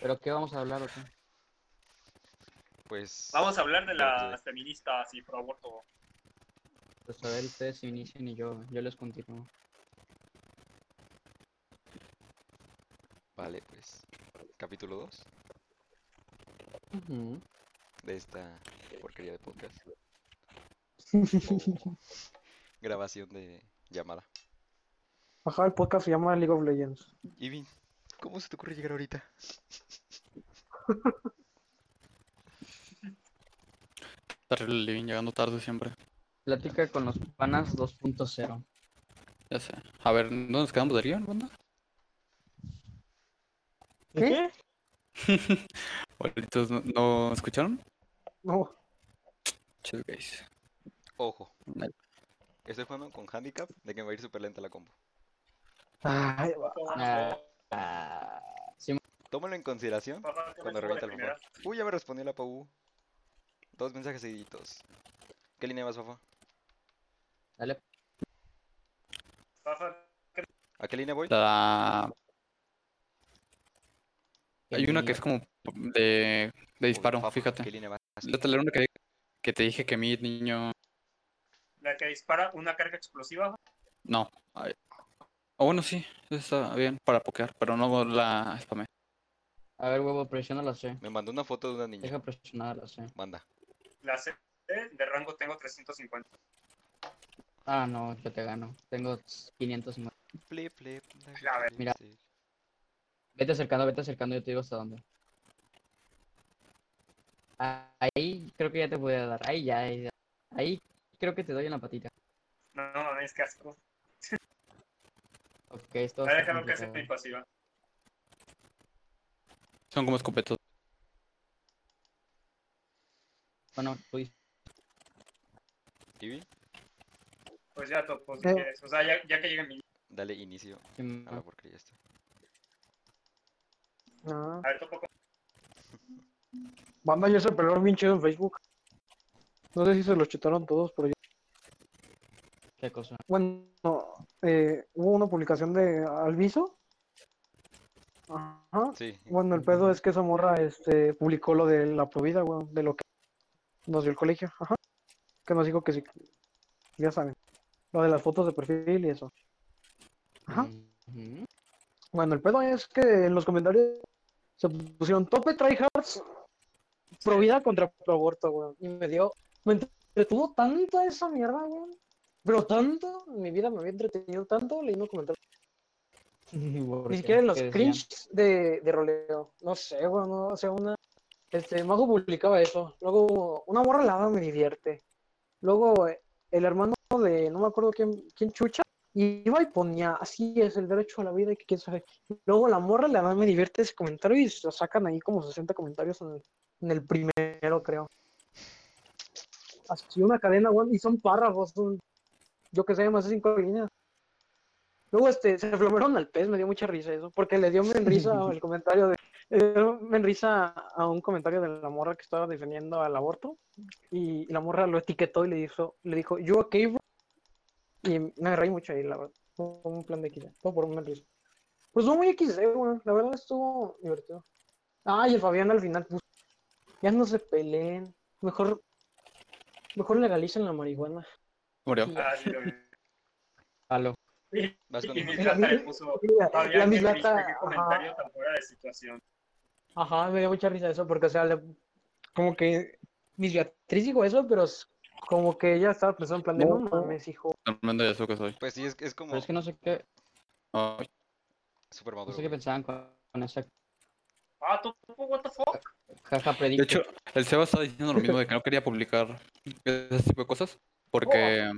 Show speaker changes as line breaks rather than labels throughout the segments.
¿Pero qué vamos a hablar o qué?
Pues.
Vamos a hablar de las feministas y pro aborto.
Pues a ver, ustedes se inician y yo, yo les continúo.
Vale, pues. Capítulo 2 de esta porquería de podcast. O grabación de llamada.
Ajá, el podcast se llama League of Legends.
Ivy, ¿cómo se te ocurre llegar ahorita?
Terrible el living, llegando tarde siempre.
Plática con los panas 2.0.
Ya sé. A ver, ¿dónde nos quedamos de Río, banda?
¿De
¿Qué?
¿Qué?
Ahorita no, no escucharon.
No.
Chill, guys.
Ojo,
Nice.
estoy jugando con handicap de que me va a ir súper lenta la combo.
Ay, va.
Ah, ah, sí,
Tómalo en consideración. Cuando revienta el
primero.
Fafa. Uy, ya me respondió la Pau. Dos mensajes seguiditos. ¿Qué línea vas, Fafa?
dale.
¿A qué línea voy?
La... Hay una que es como de, de
Uy,
disparo,
Fafa, ¿Qué
fíjate.
línea vas?
La la una que, que te dije que mi niño...
La que dispara una carga explosiva.
No. Ay. O bueno, sí, está bien para pokear, pero no la spamé.
A ver, huevo, presiona la C.
Me mandó una foto de una niña.
Deja presionar la C.
Manda.
La C de rango tengo 350.
Ah, no, yo te gano. Tengo 550.
Flip, flip, flip,
La ver-
flip,
mira.
flip.
Vete acercando, vete acercando, yo te digo hasta dónde. Ah, Ahí creo que ya te voy a dar. Ahí ya, ahí, ya. ahí creo que te doy en la patita.
No, no, no, es que asco.
Ok, esto
Voy a
va a
dejar
estar
lo que hace mi
complicado.
pasiva.
Son como escopetos.
Bueno, tú dices.
Ivy,
Pues ya topo, si
Eh.
quieres. O sea, ya, ya que llegue mi.
dale inicio a la porquería esta.
Ah.
A ver, topo con.
Banda, ayer se pelearon bien chido en Facebook. No sé si se los chutaron todos, pero yo...
¿Qué cosa?
Bueno, eh, hubo una publicación de Alviso. Ajá.
Sí,
Bueno, el pedo es que esa morra este, publicó lo de la provida, weón, de lo que nos dio el colegio. Ajá. Que nos dijo que sí. Ya saben. Lo de las fotos de perfil y eso. Ajá.
Ujú.
Bueno, el pedo es que en los comentarios se pusieron tope tryhards, pro vida contra pro aborto, weón. Y me dio. Me entretuvo tanto esa mierda, weón. Pero tanto, en mi vida me había entretenido tanto leyendo comentarios.
¿Por
Ni
qué?
siquiera en los
¿Qué decían?
cringe de, de roleo. No sé, weón. no, o sea, una. Este, Mago publicaba eso. Luego, una morra lava me divierte. Luego, eh, el hermano de. No me acuerdo quién, quién chucha. Y iba y ponía, así es, el derecho a la vida y que quién sabe. Luego la morra le da me divierte ese comentario y se sacan ahí como 60 comentarios en, en el primero, creo. Así una cadena, weón, y son párrafos, son, yo que sé, más de cinco líneas. Luego este, se flomearon al pez, me dio mucha risa eso, porque le dio menrisa el comentario de, le dio menrisa a un comentario de la morra que estaba defendiendo al aborto, y la morra lo etiquetó y le dijo, le dijo, you okay, bro? Y me reí mucho ahí, la verdad. Fue un plan de quilla, todo por un menrisa. Pues estuvo muy XD, güey. La verdad estuvo divertido. Ay, el Fabián al final puso. Ya no se peleen. Mejor. Mejor legalicen la marihuana.
Murió.
Ah, sí, lo vi.
Palo.
Y,
vas con
y mi
Ivy.
plata le puso.
La,
Fabián, qué
mis
triste,
lata-
qué
Ajá,
comentario tan fuera de situación.
ajá, me dio mucha risa eso, porque, o sea, le- como que. Mis Beatriz dijo eso, pero es como que ella estaba pensando en plan de no,
No.
mames, hijo.
Tremendo de eso que soy.
Pues sí, es, es como
Pero es que no sé qué,
Ay,
super
no
maduro.
sé qué
güey.
pensaban con, con esa
Ah, topo, what the fuck.
caja
De
predicta.
hecho, el Seba estaba diciendo lo mismo de que no quería publicar ese tipo de cosas porque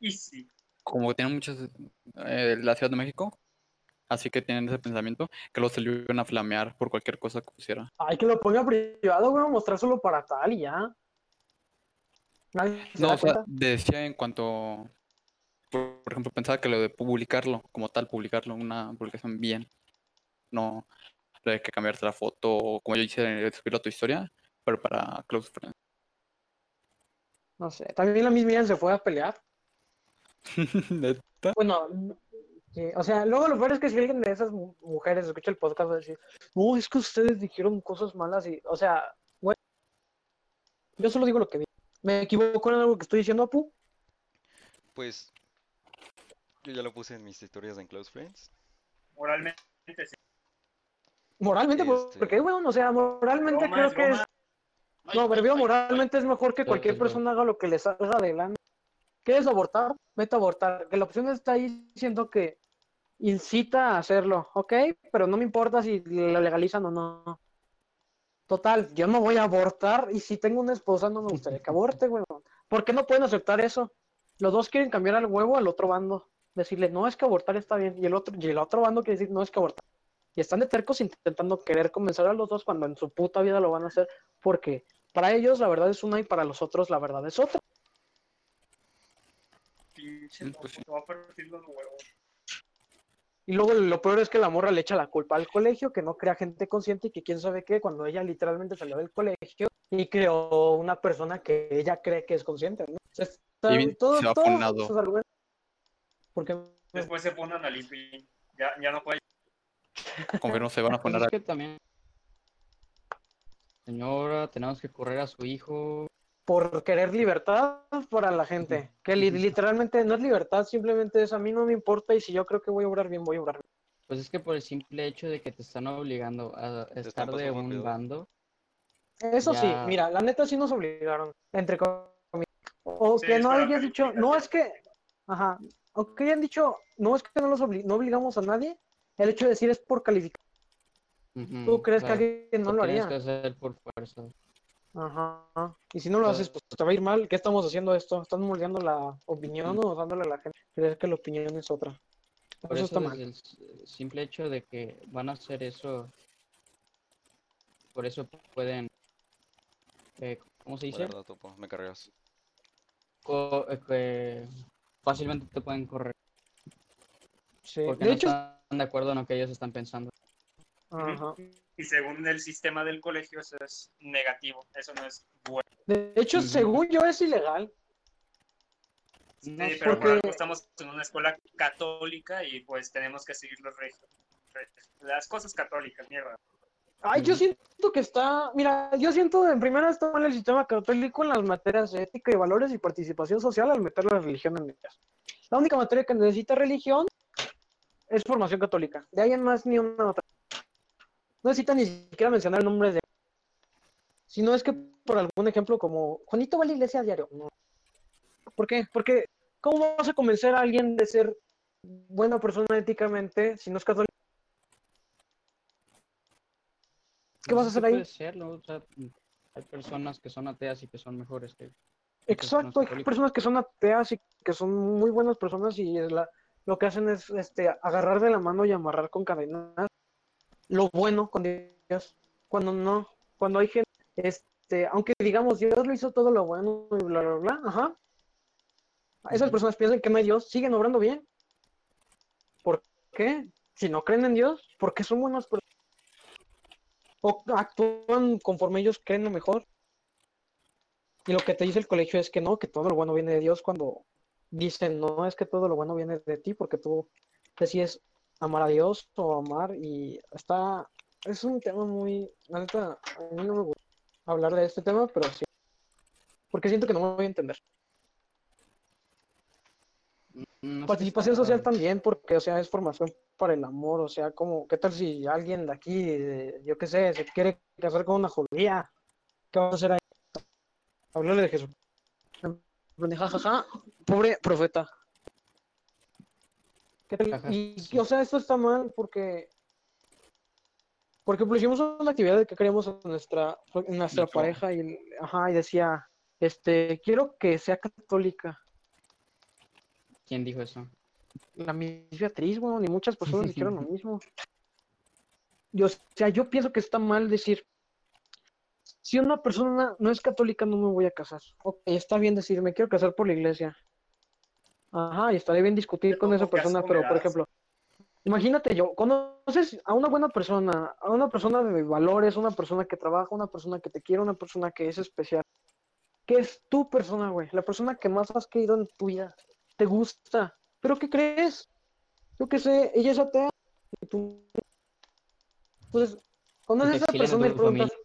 Easy.
como tienen muchas eh, la Ciudad de México, así que tienen ese pensamiento que los se lo iban a flamear por cualquier cosa que pusiera.
Ay, que lo ponga privado, güey, mostrar solo para tal y ya. Nadie se
No,
da
o sea,
cuenta.
decía en cuanto, por, por ejemplo, pensaba que lo de publicarlo como tal, publicarlo, una publicación bien, no lo de que cambiarte la foto, o como yo hice, subirlo a tu historia, pero para close friends.
No sé. También la misma Ian se fue a pelear.
Neta.
Bueno, Sí, o sea, luego lo peor es que si alguien de esas mu- mujeres escucha el podcast va a decir, no, es que ustedes dijeron cosas malas y, o sea, güey, yo solo digo lo que digo. ¿Me equivoco en algo que estoy diciendo, Apu?
Pues yo ya lo puse en mis historias en Close Friends.
Moralmente, sí.
Moralmente, pues,
Este-
porque, weón, o sea, moralmente
Broma,
creo
es
que
broma.
es... No, pero digo, moralmente es mejor que
Claro,
cualquier
es broma.
persona haga lo que le salga de lana. ¿Quieres abortar? Vete a abortar. Que la opción está ahí diciendo que incita a hacerlo, ¿ok? Pero no me importa si lo legalizan o no. Total, yo no voy a abortar y si tengo una esposa no me gustaría que aborte, weón. ¿Por qué no pueden aceptar eso? Los dos quieren cambiar al huevo al otro bando. Decirle, no, es que abortar está bien. Y el otro, y el otro bando quiere decir, no, es que abortar. Y están de tercos intentando querer convencer a los dos cuando en su puta vida lo van a hacer. Porque para ellos la verdad es una y para los otros la verdad es otra.
Pinche
Mm,
loco,
pues sí.
te va a partir los huevos.
Y luego lo peor es que la morra le echa la culpa al colegio, que no crea gente consciente y que quién sabe qué, cuando ella literalmente salió del colegio y creó una persona que ella cree que es consciente. ¿no? O sea, está-
Y bien, se va por un lado.
esos argumentos- Porque
Después se pone a analizar. y Ya, ya no puede.
Confirmo, se van a
Pues
poner
es
a-
que también. Señora, tenemos que correr a su hijo.
por querer libertad para la gente, que li- literalmente no es libertad, simplemente es a mí no me importa y si yo creo que voy a obrar bien, voy a obrar bien.
Pues es que por el simple hecho de que te están obligando a
están
estar de
pasando
un
cuidado.
bando.
Eso sí,
Ya.
mira, la neta sí nos obligaron, entre comillas. O
Sí,
que
es
no
para
hayas dicho, no es que, ajá, o que hayan dicho, no es que no, los obli- no obligamos a nadie, el hecho de decir es por calificar.
Ujú,
¿Tú crees
Mm, claro.
que alguien no
Lo
lo
tienes
haría?
que hacer por fuerza.
Ajá. Y si no lo
Claro.
haces, pues te va a ir mal. ¿Qué estamos haciendo esto? ¿Están moldeando la opinión o dándole a la gente creer que la opinión es otra?
Por
eso
eso,
está
desde
mal.
el s- simple hecho de que van a hacer eso, por eso pueden, eh, ¿cómo se dice?
Guarda, topo, me cargas.
Co- eh, que fácilmente te pueden correr
Sí.
porque
De
no
hecho,
están de acuerdo en lo que ellos están pensando.
ajá.
Y según el sistema del colegio, eso es negativo. Eso no es bueno.
De hecho,
Ujú.
según yo es ilegal.
Sí,
No sé.
pero por
porque-
algo estamos en una escuela católica y pues tenemos que seguir los reg- reg- Las cosas católicas, mierda.
Ay, yo
Ujú.
siento que está, mira, yo siento en primera está mal el sistema católico en las materias de ética y valores y participación social al meter la religión en ellas. La única materia que necesita religión es formación católica. De ahí en más ni una otra. No necesita ni siquiera mencionar el nombre de... Si no es que por algún ejemplo como Juanito va a la iglesia a diario. No. ¿Por qué? Porque ¿cómo vas a convencer a alguien de ser buena persona éticamente si no es católico? ¿Qué
No
vas a
sé
hacer ahí?
puede ser, ¿no? O sea, hay personas que son ateas y que son mejores que Entonces, pues, no
Exacto,
está
hay
católico.
personas que son ateas y que son muy buenas personas y es la- lo que hacen es este, agarrar de la mano y amarrar con cadenas lo bueno con Dios. Cuando no, cuando hay gente, este, aunque digamos Dios lo hizo todo lo bueno y bla, bla, bla, ajá. Esas
Ujú.
personas piensan que no hay Dios, siguen obrando bien. ¿Por qué? Si no creen en Dios, porque son buenas personas. O actúan conforme ellos creen lo mejor. Y lo que te dice el colegio es que no, que todo lo bueno viene de Dios cuando dicen, no, es que todo lo bueno viene de ti porque tú decides amar a Dios o amar y está, es un tema muy, la neta, a mí no me gusta hablar de este tema, pero sí, porque siento que no me voy a entender.
No sé,
Participación
está
social
raro.
también, porque, o sea, es formación para el amor, o sea, como, ¿qué tal si alguien de aquí, de- yo qué sé, se quiere casar con una judía? ¿Qué vas a hacer ahí? Hablarle de Jesús. En plan de, Ja, ja, ja, pobre profeta. ¿Qué tal?
Ajá,
y,
sí.
y, o sea, esto está mal porque... Porque pues, hicimos una actividad de que queríamos a nuestra, en nuestra
Nuestro-
pareja y, ajá, y decía, este, quiero que sea católica
¿Quién dijo eso?
la misma actriz, bueno, ni muchas personas dijeron lo mismo. Yo, o sea, yo pienso que está mal decir, si una persona no es católica, no me voy a casar. Ok, está bien decir, me quiero casar por la iglesia. Ajá, y estaré bien discutir
Pero
con esa
¿cómo que
persona, pero por
asumirás?
ejemplo, imagínate yo, conoces a una buena persona, a una persona de valores, una persona que trabaja, una persona que te quiere, una persona que es especial. ¿Qué es tu persona, güey? La persona que más has querido en tu vida. Te gusta. ¿Pero qué crees? Yo qué sé, ella es atea. Y tú. Pues, conoces a esa
Exilian a
persona y le
toda su
preguntas.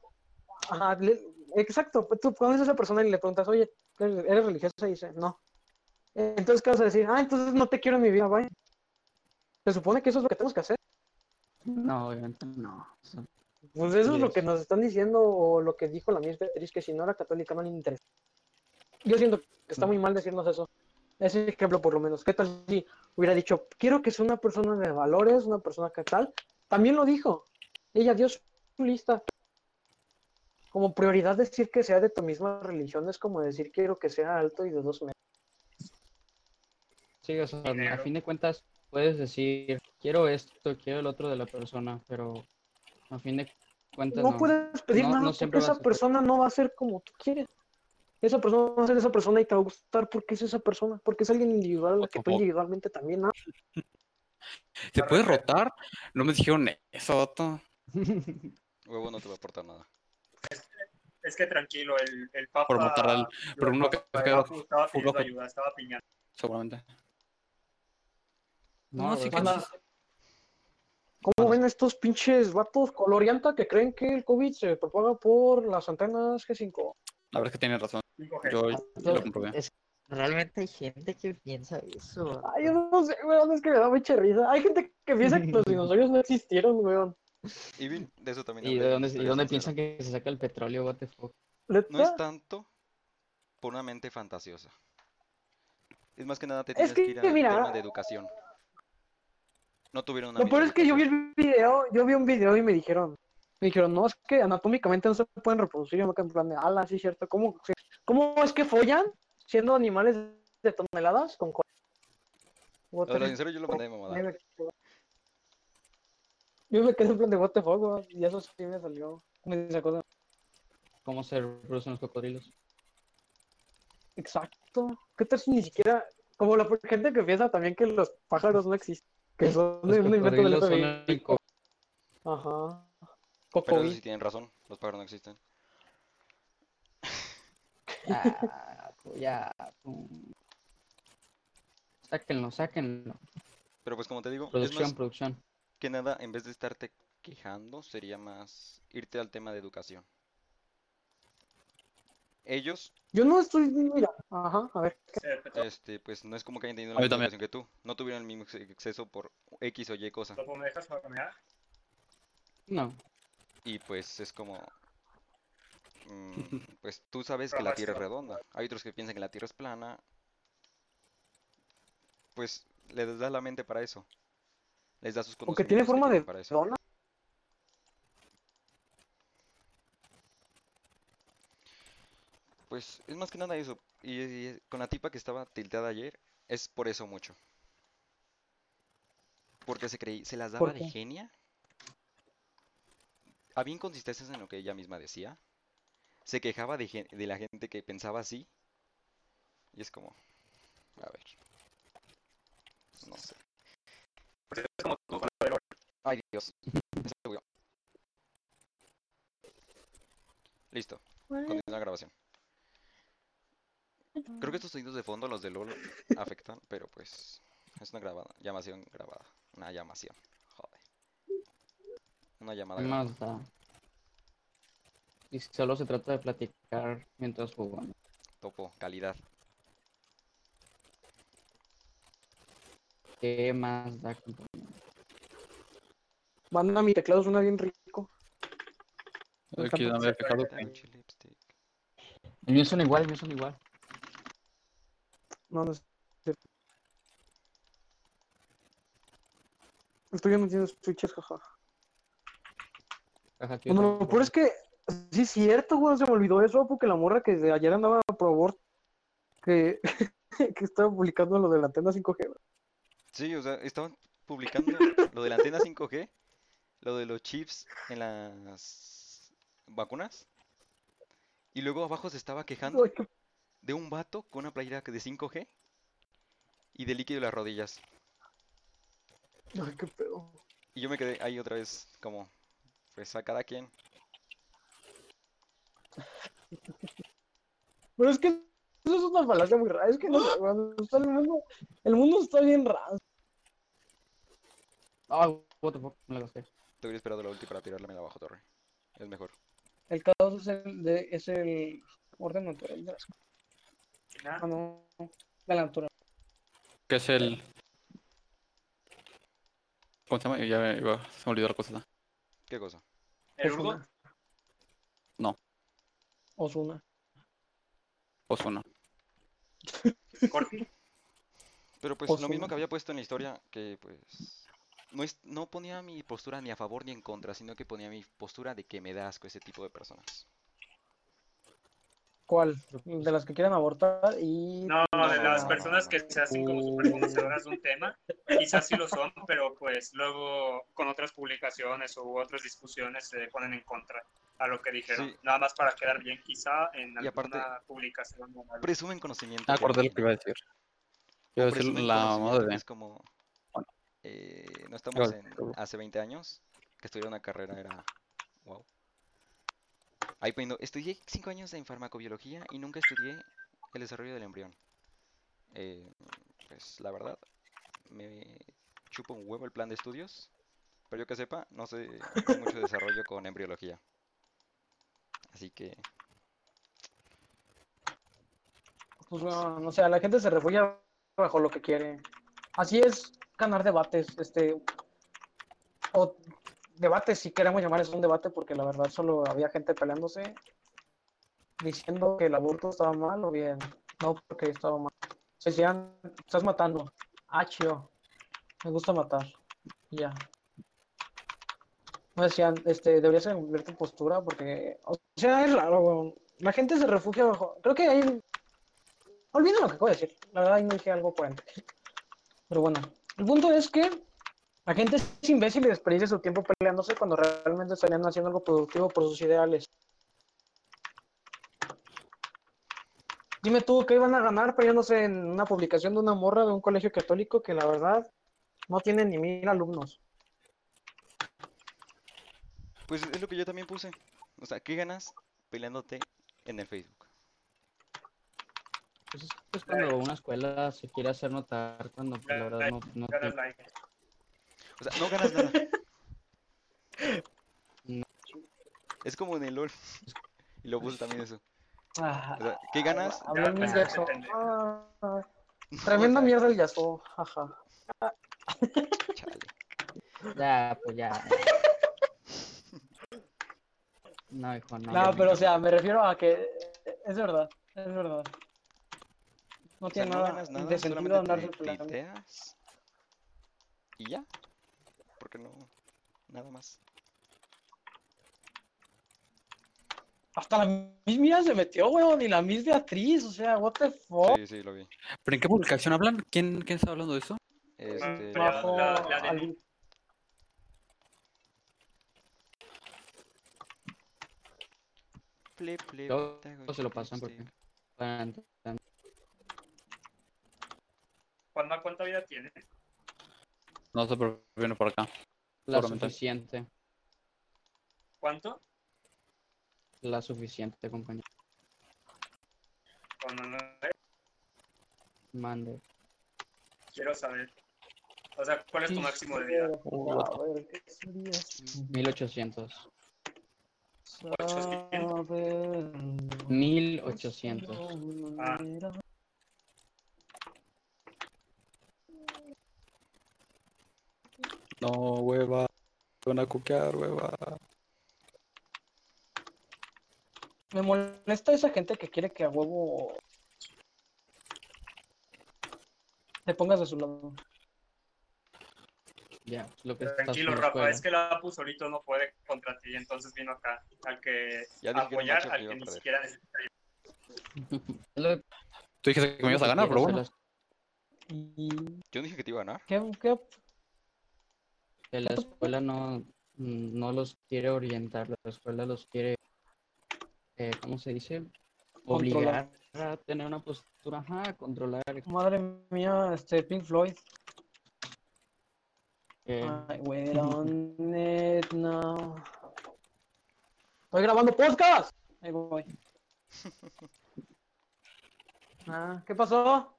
Ajá, le- exacto. pues, Tú conoces a esa persona y le preguntas, oye, ¿eres eres religiosa? Y dice, no. Entonces, ¿qué vas a decir? Ah, entonces no te quiero en mi vida, vaya. Se supone que eso es lo que tenemos que hacer.
No, obviamente no. Eso-
Pues eso
Así
es lo
es.
que nos están diciendo o lo que dijo la misma Beatriz, que si no era católica no le interesa. Yo siento que está muy mal decirnos eso. Ese ejemplo por lo menos. ¿Qué tal si hubiera dicho, quiero que sea una persona de valores, una persona que tal? También lo dijo. Ella dio su lista. Como prioridad decir que sea de tu misma religión es como decir quiero que sea alto y de dos metros.
Sí, o sea, a
Dinero.
fin de cuentas puedes decir, quiero esto, quiero el otro de la persona, pero a fin de cuentas
No, puedes pedir
No-
nada
no
porque
siempre va a
esa
ser.
persona no va a ser como tú quieres. Esa persona va a ser esa persona y te va a gustar porque es esa persona, porque es alguien individual a la que tú
Ojo.
individualmente también amas.
¿Te puedes rotar? No me dijeron eso, vato.
Huevo no te va a aportar nada.
Es que tranquilo, el, el Papa.
Por matar al- por uno que-
el
que-
Papa estaba
por uno
pidiendo
que-
ayuda, estaba piñando.
Seguramente.
No, pues
No, sí que
¿verdad?
sí.
¿Cómo ven estos pinches vatos colorianta que creen que el COVID se propaga por las antenas G5?
La verdad es que tienes razón.
Dijo que-
Yo, yo
Vato,
lo comprobé.
es- realmente hay gente que piensa eso.
Ay, yo no sé, weón, es que me da mucha risa. Hay gente que piensa que los dinosaurios no existieron, weón.
Y bien, de eso también.
¿Y de dónde, y dónde piensan que Ah. se saca el petróleo? What the fuck?
No es
¿Neta?
tanto por una mente fantasiosa. Es más que nada te
Es
tienes que,
que,
ir al
mira,
tema de educación. No tuvieron una
Lo peor
misma
es que yo vi
educación.
el video, yo vi un video y me dijeron, me dijeron, no, es que anatómicamente no se pueden reproducir, yo me quedé en plan de, ala, sí, cierto, ¿cómo, se- cómo es que follan siendo animales de toneladas con cua- What
O sea,
the-
en serio yo lo mandé de mamada.
Yo me quedé en plan de, what the fuck, weón, y eso sí me salió, me sacó de-
¿Cómo se reproducen los cocodrilos?
Exacto. ¿Qué tal si ni siquiera, como la gente que piensa también que los pájaros no existen, que son
Los
un invento del
cocodrilos son
FBI?
el co-
Ajá.
Pero
Cocobi.
eso sí tienen razón, los pájaros no existen.
Ah, pues ya. pum. Sáquenlo, sáquenlo.
Pero pues como te digo, es
Producción,
más
producción.
que nada, en vez de estarte quejando, sería más irte al tema de educación. Ellos,
Yo no estoy, mira, ajá, a ver.
se-
este, pues no es como que hayan tenido
A
la
mí
misma
también.
educación que tú. No tuvieron el mismo exceso por X o Y cosa.
Topo, ¿me dejas hornear?
No.
Y pues es como, mm, pues tú sabes que la Tierra es redonda. Hay otros que piensan que la Tierra es plana. Pues les da la mente para eso. Les da sus
O que
conocimientos que
tiene forma de
tienen para eso.
dona.
Pues es más que nada eso. Y, y con la tipa que estaba tilteada ayer, es por eso mucho. Porque se creí, se las
¿Por
daba de
qué?
genia. Había inconsistencias en lo que ella misma decía. Se quejaba de, gen- de la gente que pensaba así. Y es como, a ver. No sé. Ay, Dios. Ya se bugueó. Listo, continúa la grabación. Creo que estos sonidos de fondo, los de LOL, afectan, pero pues es una grabada, llamación grabada, una llamación, joder. Una llamada
¿Qué
grabada.
más da? Y solo se trata de platicar mientras jugamos.
Topo, calidad.
¿Qué más da? compa?
Manda mi teclado, suena bien rico.
Yo aquí ya me había quejado que-
Pinche lipstick.
El mío suena igual, el mío suena igual.
No, no es cierto. El tuyo no tiene switches, jaja.
Ajá, que yo
No, no,
tampoco.
pero es que, sí es cierto, güey, se me olvidó eso, porque la morra que de ayer andaba pro aborto, que, que estaba publicando lo de la antena 5G, güey.
Sí, o sea, estaban publicando lo de la antena 5G, lo de los chips en las vacunas, y luego abajo se estaba quejando
Ay, qué-
de un vato con una playera de 5G y de líquido en las rodillas.
ay, qué pedo.
Y yo me quedé ahí otra vez, como, pues a cada quien.
Pero es que eso es una falacia muy rara, es que no sé, güey, está el mundo, el mundo está bien raro.
Ah, what the fuck, me la gasté.
Te hubiera esperado la ulti para tirarla me la bajo torre. Es mejor.
El caos es el, de, es el orden natural de las cosas.
Nada,
Ah, no, de la naturaleza.
¿Qué es el. ¿Cómo se llama? Ya me, iba- se me olvidó la cosa.
¿Qué cosa?
¿El
pues
Urgo?
No.
Osuna.
Osuna.
Corti.
Pero pues lo mismo
Osuna.
que había puesto en la historia, que pues no, es, no ponía mi postura ni a favor ni en contra, sino que ponía mi postura de que me da asco ese tipo de personas.
¿Cuál? De las que quieran abortar y.
No,
No,
de
no,
las
no,
personas
no,
que
no.
se hacen como
Uh.
super conocedoras de un tema, quizás sí lo son, pero pues luego con otras publicaciones u otras discusiones se ponen en contra a lo que dijeron,
Sí.
nada más para quedar bien quizá en
Y aparte-
alguna publicación. o algo.
Presumen conocimiento.
Ah,
que no
acordé lo que iba a
tienen,
decir.
o
Iba a decir
presumen
la
conocimiento
mamada
que
de.
Es como,
Bueno.
eh, no estamos
Igual,
en
pero-
hace 20 años, que estudiar una carrera era, wow. Ahí poniendo, estudié 5 años en farmacobiología y nunca estudié el desarrollo del embrión. Eh, pues la verdad, me chupa un huevo el plan de estudios, pero yo que sepa, no sé hacer mucho desarrollo con embriología. Así que,
Pues no, no sé, la gente se refugia bajo lo que quiere. Así es ganar debates, este. O debates, si queremos llamar eso un debate, porque la verdad solo había gente peleándose diciendo que el aborto estaba mal o bien. No, porque estaba mal. Se decían, estás matando. Ah, chido. Me gusta matar. Y Ya. No decían, este, deberías de cambiar tu postura porque. O sea, es raro, weón. La gente se refugia bajo. Creo que hay Olvido lo que acabo de decir. La verdad, ahí no dije algo coherente. Pero bueno, el punto es que la gente es imbécil y desperdicia su tiempo peleándose cuando realmente estarían haciendo algo productivo por sus ideales. Dime tú, ¿qué iban a ganar peleándose en una publicación de una morra de un colegio católico que la verdad no tiene ni mil alumnos?
pues es lo que yo también puse. O sea, ¿qué ganas peleándote en el Facebook?
Pues es, que es cuando una escuela se quiere hacer notar cuando pues, la verdad no, no
Dale
tiene-
like.
O sea, no ganas nada.
No.
Es como en el LOL. Y lo puse también eso.
Ah,
O sea, ¿qué ganas?
habló el
Ya,
Miss
ya,
Jackson.
entendí.
Ah,
No, o
tremenda
sea,
mierda el Yasuo, jaja.
chale.
Ya, pues ya. No, hijo, no.
No,
ya.
pero o sea, me refiero a que es verdad, es verdad. No
O sea,
tiene
no
nada,
ganas nada,
de sentido andar
solamente te
replanteando.
tilteas. Y ya. Porque no. Nada más.
Hasta la Miss Mira se metió, weón, y la Miss Beatriz, o sea, what the fuck.
Sí, sí, lo vi.
¿Pero en qué publicación hablan? ¿Quién, quién está hablando de eso?
Este.
pero ya-
Bajo
la- la de-
al-
ple, ple,
Todo
ptago,
se lo
chicle,
pasan porque-
stick.
Bueno,
Juanma, ¿cuánta vida tiene?
No sé, pero viene por acá.
La
Seguramente.
suficiente.
¿Cuánto?
La suficiente, compañero.
O no, no,
Mande.
quiero saber. O sea, ¿cuál es tu máximo de vida?
A ver, ¿qué sería?
1800.
A ver,
1800.
Ah.
No, hueva. Te van a cuquear, hueva.
Me molesta esa gente que quiere que a huevo te pongas de su lado.
Ya, lo que estás
Tranquilo,
en la
Rafa,
escuela.
es que la APU solito no puede contra ti, entonces vino acá al que
Ya dije que no
apoyar,
macho que
al
iba a
que ni
perder.
siquiera necesita.
Es lo que
Tú dijiste que me ibas a ganar, pero
quiero
bueno.
hacer
¿Y
Yo no dije que te iba a ganar.
qué, qué
que la escuela no, mm, no los quiere orientar, la escuela los quiere, eh, ¿cómo se dice? Obligar
Controlar.
a tener una postura, ajá, controlar.
Madre mía, este Pink Floyd.
eh,
I wait on it now. Estoy grabando podcast. Ahí voy. Ah, ¿qué pasó?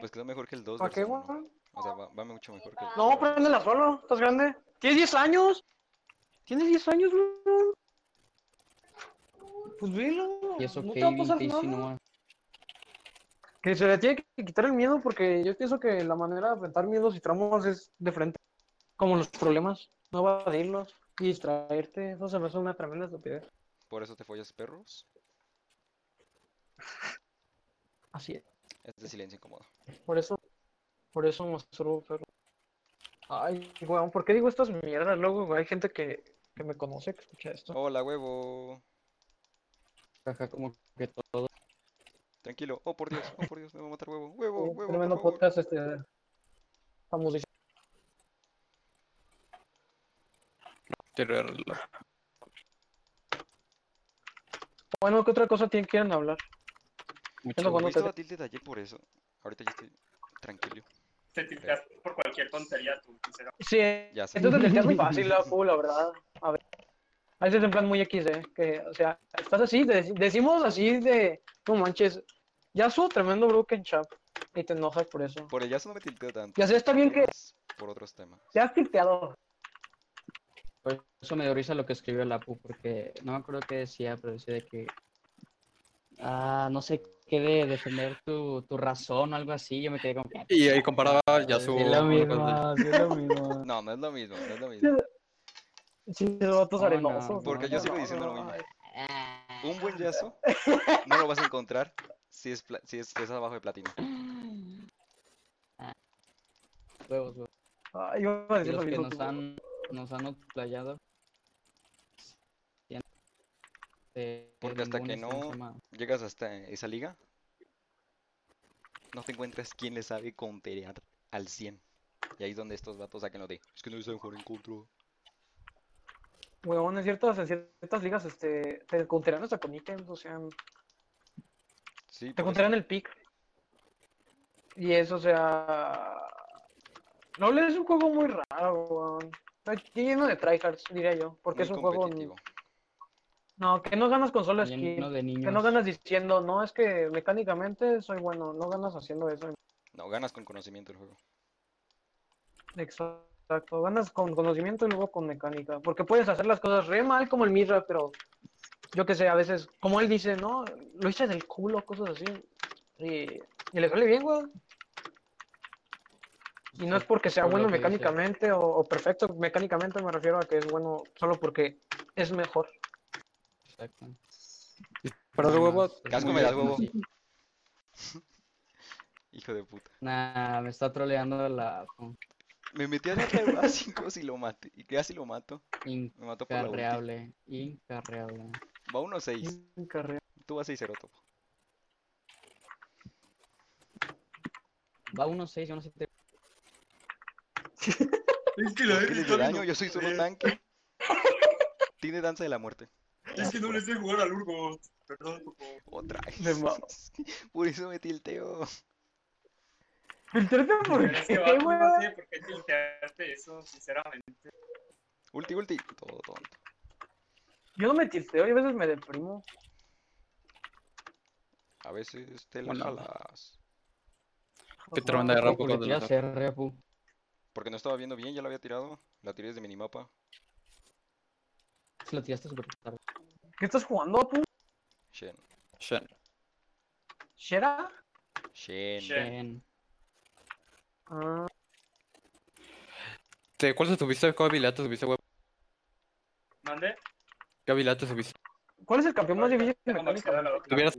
Pues quedó mejor que el 2
¿Para qué,
versus uno.
weón?
O sea, va, va mucho mejor que el
No,
Cobra.
préndela solo, estás grande. ¿Tienes 10 años? ¿Tienes 10 años, bro? Pues velo.
Y eso
no
que
te va a pasar
Ivy te
nada.
insinúa.
Que se le tiene que quitar el miedo porque yo pienso que la manera de enfrentar miedos y traumas es de frente. Como los problemas, no evadirlos y distraerte. Eso se me hace una tremenda estupidez.
Por eso te follas perros.
Así es.
Es de silencio incómodo.
Por eso, por eso masturbo, perro. Ay, weón, ¿por qué digo estas mierdas? Luego güey, hay gente que, que me conoce que escucha esto.
Hola, huevo.
Ajá, como que todo.
Tranquilo. Oh, por Dios. Oh, por Dios. Me va a matar huevo. Huevo,
Un
Oh, huevo. por
tremendo
favor.
podcast este famoso.
Pero el-
Bueno, ¿qué otra cosa tienen quieren hablar?
mucho-
Bueno, bueno,
Yo
te-
estaba tilde de ayer por eso. Ahorita ya estoy tranquilo.
Te tildaste por cualquier tontería, tú, sinceramente.
Sí,
Ya sé.
entonces el es muy fácil, la fu, la verdad. A ver. A veces en plan muy X, ¿eh? Que, o sea, estás así, te dec- decimos así de, no manches, ya su tremendo broken chap y te enojas por eso.
Por el yazo no me tilteo tanto.
Ya sé, está bien que
más Por otros temas.
te has tilteado.
Por eso me dio risa lo que escribió el Apu, porque no me acuerdo qué decía, pero decía de que. Ah, no sé qué de defender tu, tu razón o algo así. Yo me quedé como. que, "Ah,
Y ahí comparaba ya su.
Sí, lo mismo, sí, lo mismo.
No, no es lo mismo. No es lo mismo.
Sí, esos vatos
Oh, no,
arenosos.
Porque
no,
yo sigo
no,
diciendo lo mismo.
Ah.
Un buen yazo no lo vas a encontrar si es, pla- si es, si es abajo de platino.
Huevos, huevos.
Ay, yo iba
Y
a decir lo
los que
mismo.
nos
tú.
han, nos han playado.
Porque hasta que no- Llegas hasta esa liga. No te encuentras quien le sabe conterear al 100. Y ahí es donde estos vatos sacan lo de. Es que no saben jugar en contra.
Huevón, en ciertas, en ciertas ligas este, te contarán hasta con ítems, o sea,
Sí,
Te
por eso.
contarán el pick. Y eso, o sea. No es un juego muy raro, weón. Está lleno de tryhards, diría yo. Porque
Muy
es un juego.
competitivo.
No, que no ganas con solo skin.
Lleno de niños.
Que no ganas diciendo, no, es que mecánicamente soy bueno. No ganas haciendo eso.
No, ganas con conocimiento el juego.
Exacto. Ganas con conocimiento y luego con mecánica. Porque puedes hacer las cosas re mal como el Mirra, pero. Yo qué sé, a veces, como él dice, no, lo hice del culo, cosas así. Y, y le sale bien, weón. Y no es porque sea
por lo
bueno
que dice.
mecánicamente o, o perfecto mecánicamente, me refiero a que es bueno solo porque es mejor.
Exacto.
Pero de
No,
huevo.
sí,
Casco
muy
me das,
bien,
huevo.
sí.
Hijo de puta.
Nah, me está troleando la
Me metí a la a 5 y lo maté. Y casi lo mato. Me mató por la ulti.
incarreable. Incarreable.
Va 1-6.
En carrera.
Tú vas 6-0, topo.
Va 1-6, yo no sé.
Es que
Los
he
que les
visto
de
bien
daño, yo soy solo un
horrible.
tanque. Tiene danza de la muerte.
Es que no le sé jugar al Urgo. Perdón, por favor.
Otra
Me
vez.
mamo.
Por eso me tilteo.
Filtrate por
Pero
qué,
Este vato no
weón.
tiene por qué tiltearte eso, sinceramente.
Ulti, ulti. Todo tonto.
Yo no me tilteo, yo a veces me deprimo.
A veces te la
Bueno.
jalas.
Qué
Ajá.
tremenda guerra
Rapu,
por
le
los de
quiero
los-
hacer, Rapu.
Porque no estaba viendo bien, ya la había tirado. La tiré desde minimapa.
Se lo tiraste súper tarde.
¿Qué estás jugando, Apu?
Shen.
Shen.
¿Shera?
Shen.
Shen.
Bien.
Ah,
¿Te- ¿Cuál subiste? ¿Qué habilidad te subiste, huevo?
¿Mande?
¿Qué habilidad te subiste?
¿Cuál es el campeón más difícil de
Tengo
mecánica?
maxeada la
Te hubieras,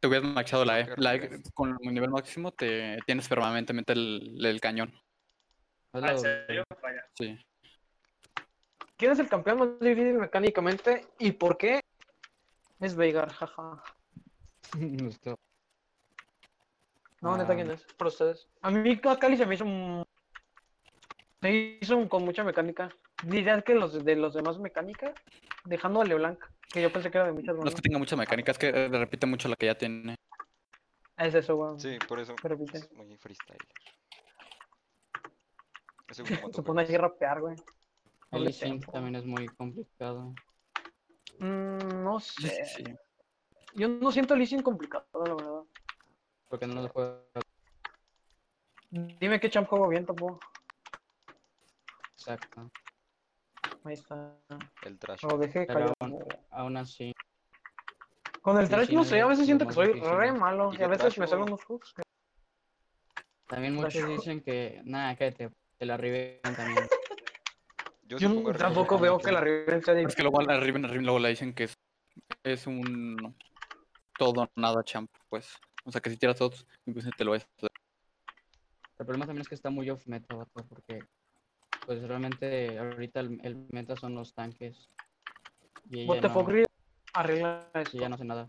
te hubieras maxado la E.
Creo
La
que
E con el nivel máximo te tienes permanentemente el, el cañón.
Hazlo-
Ah, ¿en serio? Vaya.
Sí.
¿Quién es el campeón más difícil mecánicamente y por qué? Es Veigar, jaja.
Esto.
No,
Ah.
neta, ¿quién es? Por ustedes. A mí Cali se me hizo un... Se hizo un- con mucha mecánica. Dirían que los de los demás mecánica, dejando a LeBlanc, que yo pensé que era de muchas
No es
manos.
que tenga mucha mecánica, es que eh, repite mucho la que ya tiene.
Es eso, weón.
Sí, por eso.
Pero viste.
Es muy freestyle. Ese güey mató
Se pone ahí a
perros.
rapear, güey. No
El
le
sync
tengo.
también es muy complicado.
Mm, no
Sí, sí,
sé.
sí.
Yo no siento el leasing complicado, la verdad.
Porque no lo juega
Dime qué champ juego bien, tampoco.
Exacto.
Ahí está.
El trash.
Lo dejé
Pero
caer.
aún, aún así.
Con el
sí,
trash,
sí,
no
no,
sé, a veces
lo
siento que
más
soy
difícil.
re malo.
¿Y
Y a
qué
veces
trash
me salen
juego?
unos hooks.
También
Pero
muchos
yo-
dicen que, nada, que te, te la ribean también.
Yo, sí
Yo
pongo a Riven
tampoco
como
veo
mucho.
que la Riven sea
Es que luego a la Riven, a Riven luego le dicen que es, es un todo nada champ, pues. O sea, que si tiras todos, incluso te lo es.
El problema también es que está muy off meta, vato, porque pues realmente ahorita el, el meta son los tanques. Y ella
What the
no-
fuck, Riven? Arregla
y
esto.
ella no hace nada.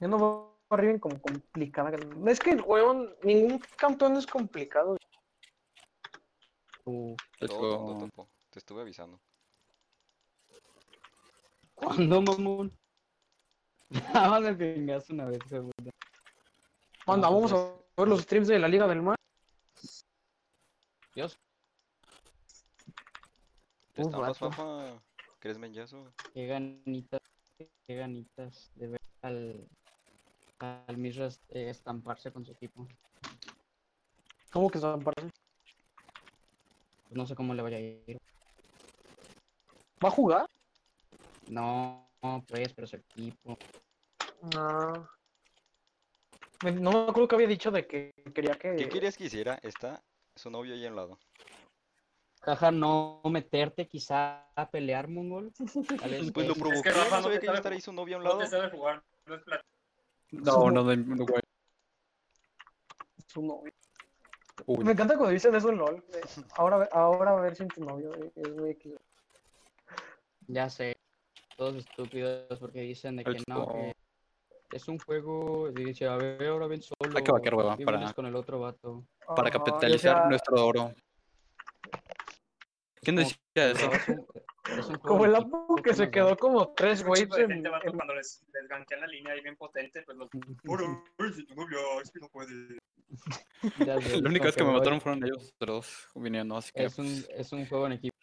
Yo no veo a Riven como complicada. Es que, weón, ningún campeón es complicado.
Uh,
Todo mundo topo. Te estuve avisando.
¿Cuándo, mamón? Nada más me pingaste una vez, seguro.
Anda,
No,
vamos
pues,
a ver los streams de la Liga del Mar.
Dios,
Te
Uh,
estampas,
vato.
papá. ¿Crees menyazo?
qué ganitas, qué ganitas de ver al, al Mishra eh, estamparse con su equipo.
¿Cómo que se van para
Pues No sé cómo le vaya a ir.
¿Va a jugar?
No, no, pues, pero su equipo.
No. Me- No me acuerdo que había dicho de que quería que.
¿Qué querías que hiciera? Está su novio ahí a un lado.
Caja, no meterte quizá a pelear, mongol. Tal vez,
Pues lo
eh,
provoqué.
Rafa
no
no
sabía
te
que iba
sabe
a estar
ju-
ahí su novio a un
No
lado.
te sabe jugar. No es plat-
No, no, no, no, güey.
su novio.
Uy.
Me encanta cuando dicen eso en LOL. de, Ahora, ahora a ver si tu novio eh, es muy equis.
Ya sé, todos estúpidos porque dicen de que
El
no, que es un juego, y dice, a ver, ahora ven solo.
Hay que vaquear, hueva,
y
para-
vienes con el otro vato.
Para
Ajá,
capitalizar
o ah, sea,
nuestro oro. ¿Quién
Como
decía eso?
Es un, es un juego
Como el
en
Apu
equipo,
que
¿qué
se
más
quedó
da?
como tres
Un
waves
chingo de
en,
gente, este vato,
Pues, en-
cuando les, les ganquean la línea ahí bien potente, pues los... Puro, si tu novio, es que no puede.
Ya sé,
Lo único
como
es que me
voy,
mataron fueron ellos dos viniendo, así que.
Es un, es un juego en equipo.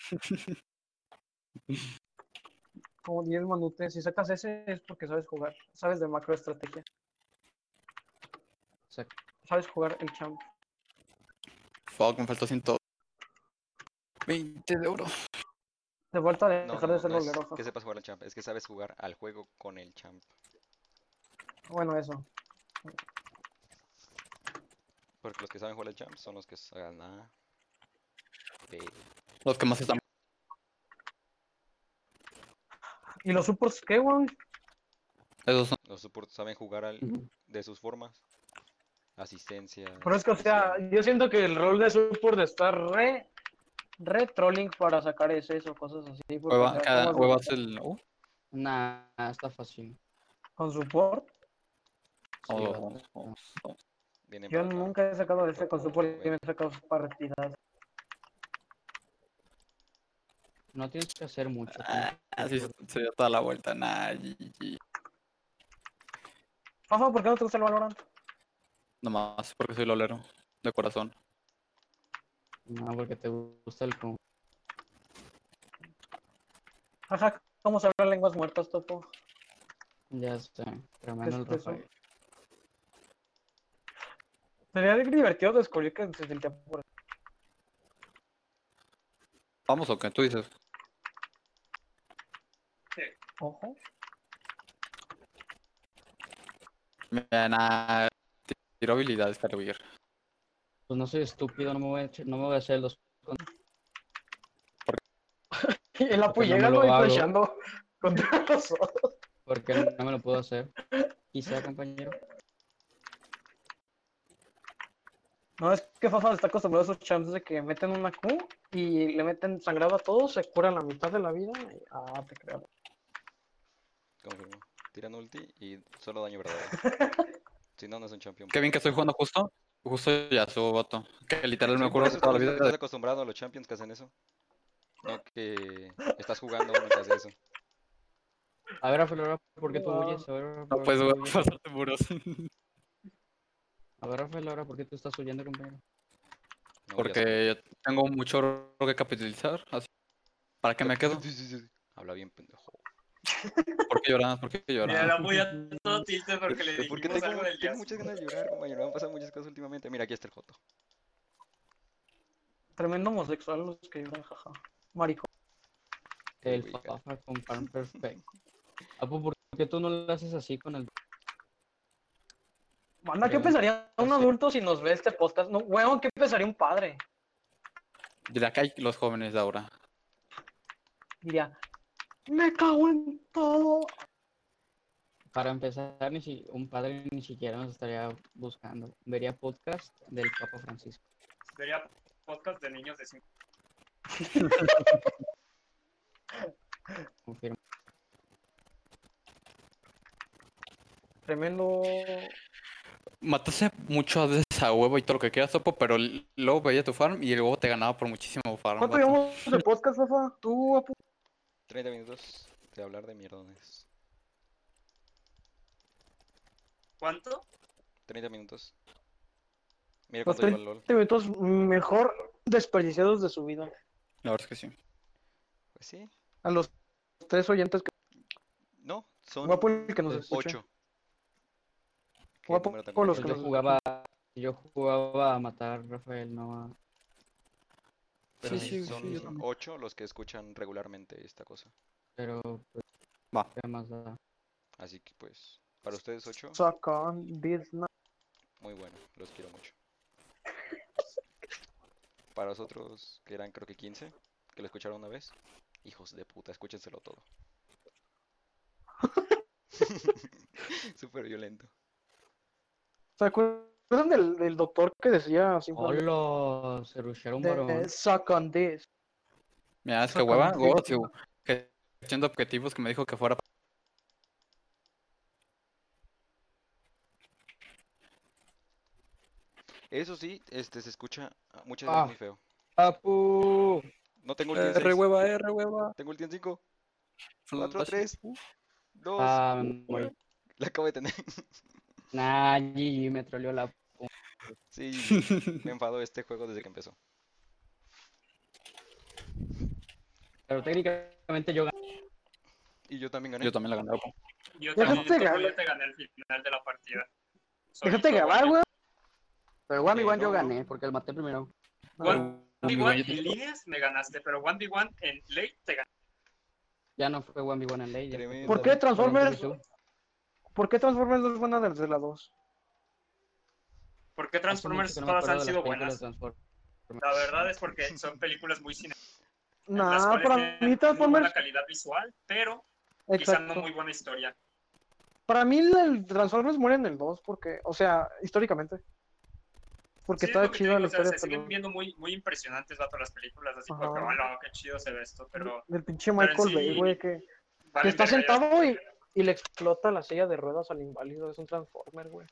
como 10 manutes. Si sacas ese es porque sabes jugar. Sabes de macroestrategia.
Exacto.
Sabes jugar el champ.
Fuck, me faltó 120 de oro.
De vuelta de
No,
dejar
no,
de ser
no es
doloroso.
que sepas jugar al champ, es que sabes jugar al juego con el champ.
Bueno, eso.
Porque los que saben jugar al champ son los que saben nada. Ve,
Los que más están.
¿Y los supports qué, weón?
Esos son.
Los supports saben jugar al, de sus formas. Asistencia.
Pero es que, o sea, yo siento que el rol de support está re, re trolling para sacar ese o cosas así. porque, o
Hueva,
sea,
cada
¿cómo
hueva
haces
es el. Uh,
Nah, está fácil.
Con support,
Sí,
o-
vato.
o- o-
Vienen
yo
para acá.
nunca he sacado ese con support y me he sacado partidas.
No tienes que hacer mucho.
Ah, Así se- se dio toda la vuelta. Nah, GG.
Fafa, ¿por qué no te gusta el Valorant?
Nomás porque soy lolero. De corazón.
No, porque te gusta el juego.
Ajá, ¿cómo se hablan lenguas muertas, Topo?
Ya sé, tremendo el
es eso?
Rafael.
Sería divertido descubrir que se sentía por
Vamos o qué tú dices.
Ojo.
Mira, nah, ti- Tiro habilidades, Carguir.
Pues no soy estúpido, no me voy a, echar- no me voy a hacer los
Y
Porque
la
no me
apoyega
lo
lo
hago.
flashando contra los otros.
Porque no me lo puedo hacer. Quizá, compañero.
No, es que Fafa está acostumbrado a esos champs de que meten una Q y le meten sangrado a todos, se cura la mitad de la vida. y- Ah, te creo.
Confirmo. Tiran ulti y solo daño verdadero. si no, no es un champion.
Qué bien que estoy jugando justo. Justo ya subo voto. Que literal me
Sí, por
ocurre
eso
toda la
estamos-
vida.
Estás acostumbrado a los champions que hacen eso. No que estás jugando mientras haces eso.
A ver, Rafael, ahora, ¿por qué tú
No.
huyes? A ver, ahora,
No pues,
¿por
puedes
qué tú huyes?
pasarte muros.
A ver, Rafael, ahora, ¿por qué tú estás huyendo, compañero?
No, ya sé.
Porque yo tengo mucho oro que capitalizar. Así. ¿Para qué me quedo?
Sí, sí, sí. Habla bien, pendejo.
¿Por qué lloras? ¿Por qué
Mira, la
lloras?
voy a todo triste porque le
Pues, ¿Por qué
dijimos
tengo,
algo del
tengo
jazz.
muchas ganas de llorar, compañero? Me han pasado muchas cosas últimamente. Mira, aquí está el Joto.
Tremendo homosexual los que lloran, jaja. Marico.
El
Uy, ya.
Fafa con Pan Perfect. Apu, Ah, pues, ¿por qué tú no lo haces así con el
Manda, ¿qué
Pregunta,
pensaría un
no sé.
adulto si nos ve este podcast? No, weón, ¿qué pensaría un padre?
De acá hay los jóvenes de ahora.
Diría, me cago en todo.
Para empezar, ni si- un padre ni siquiera nos estaría buscando. Vería podcast del Papa Francisco.
Sería podcast de niños de 5
Confirmo.
Tremendo.
Mataste mucho a veces a huevo y todo lo que quieras, topo, pero l- luego veía tu farm y el huevo te ganaba por muchísimo farm.
¿Cuánto
vato.
llevamos de podcast, papá? Tú, apu.
30 minutos de hablar de mierdones.
¿Cuánto?
30 minutos. Mira
Los
cuánto lleva el LOL.
30 minutos mejor desperdiciados de su vida.
La verdad es que sí.
Pues sí.
A los tres oyentes que
No, son
guapo el que nos escucha.
8.
Guapo con los
Pues
que
yo
nos-
jugaba, yo jugaba a matar a Rafael, no a...
Pero
Sí, sí,
son
sí, yo
8 los que escuchan regularmente esta cosa.
Pero pues,
Va.
¿qué más da?
Así que pues, para ustedes 8,
Sacan Disney.
muy bueno, los quiero mucho. Para los otros, que eran creo que 15, que lo escucharon una vez, hijos de puta, escúchenselo todo. Súper violento.
¿Se acuerdan del, del doctor que decía simplemente?
Hola, se rushearon
de-
varón.
Sacan this.
Mira, es que
Saca
hueva,
un
huevo,
tiro.
tío. Que haciendo objetivos que me dijo que fuera.
Eso sí, este se escucha ah, muchas
Ah.
veces muy feo.
Apu,
No tengo el 10
R hueva, R hueva.
Tengo el 10 5,
Flash.
4, 3, 2.
Ah, morí.
La acabo de tener.
Nah, GG, me troleó la...
Sí, me enfadó este juego desde que empezó.
Pero técnicamente yo gané.
Y yo también gané.
Yo también la gané. loco.
Yo
Pues, Déjate
también Topo,
ganar.
yo te gané el final de la partida.
Déjate
Solito,
grabar,
güey.
weón.
Pero one
Eh,
igual
no,
yo
no.
gané, porque el maté primero.
One v
Ay, güey, yo
one en
tengo-
líneas me ganaste, pero one v one en late te gané.
Ya no fue 1v1 en ley. ya fue
Tremendo.
¿Por qué
1v1
Transformers?
tú.
¿Por qué Transformers no es buena desde la 2?
¿Por qué
Hace mucho
Transformers
que no me
todas
acuerdo
han
de las
sido
películas
buenas?
de Transformers.
La verdad es porque son películas muy cine. las
Nah,
cuales
para
tienen
mí
Muy buena
Transformers.
calidad visual, pero quizá no
Exacto.
muy buena historia.
Para mí el Transformers muere en el 2, porque, o sea, históricamente. Porque
Sí, es
está
lo que te
chida
digo,
la
o sea,
historia
se siguen
del,
viendo muy, muy impresionantes vato, las películas, así
Ajá.
como que, "Hola, qué chido se ve esto, pero...
del pinche
pero en
Michael
sí-
Bay, güey, que, que
valen
está
verga ya.
sentado y, y le explota la silla de ruedas al inválido. Es un Transformer, güey.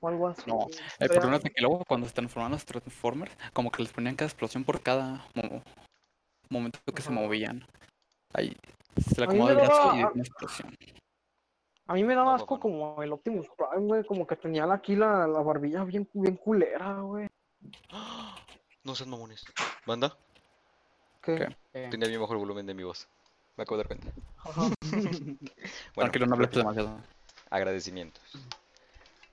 O algo así.
No, El
Pero-
problema es que luego cuando se transformaban los Transformers, como que les ponían cada explosión por cada mo- momento que se
Ajá.
movían. Ahí se le
A mí me
acomoda el brazo
daba-
y una explosión.
A mí me daba
No,
asco
papá, no.
como el Optimus Prime, güey. Como que tenía la- aquí la, la barbilla bien, bien culera, güey.
No sean mamones. Banda,
Que...
¿Qué?
Eh,
tenía bien bajo el volumen de mi voz. Me acabo de dar cuenta.
ajá.
Bueno,
Tranquilo, no hables demasiado.
agradecimientos.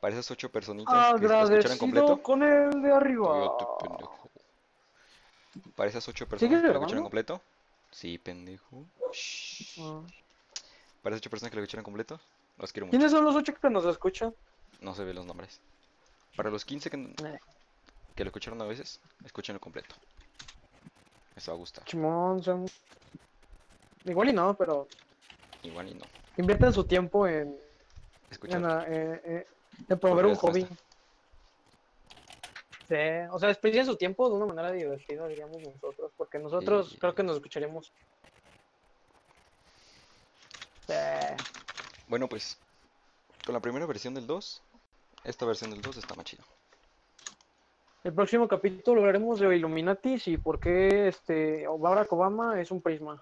Para esas ocho personitas que lo escucharon
Ah, Agradecido
completo.
con el de arriba.
yo te pendejo. Para esas ocho
¿Sigues
personas que lo escucharon
grabando?
completo. Sí, pendejo. Shh.
Ah.
Para esas ocho personas que lo escucharon completo, los quiero mucho.
¿Quiénes son los ocho que nos escuchan?
No se ven los nombres. Para los 15 que,
Eh.
que lo escucharon a veces, escúchenlo completo. Les va a gustar.
Chimón, son... Igual y no, pero
Igual y no.
invierten su tiempo en, en,
Escuchar.
eh, eh, en promover un
les cuesta.
hobby. Sí, o sea, desperdicien su tiempo de una manera divertida, diríamos nosotros, porque nosotros
Sí.
creo que nos escucharemos. Sí.
Bueno, pues con la primera versión del 2, esta versión del 2 está más chido.
El próximo capítulo hablaremos de Illuminatis y por qué este Barack Obama es un prisma.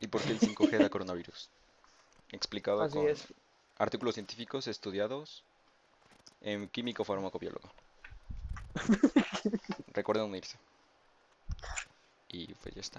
¿Y por qué el 5G da coronavirus? Explicado
Así
con
es.
artículos científicos estudiados en químico farmacobiólogo. Recuerden unirse. Y pues ya está.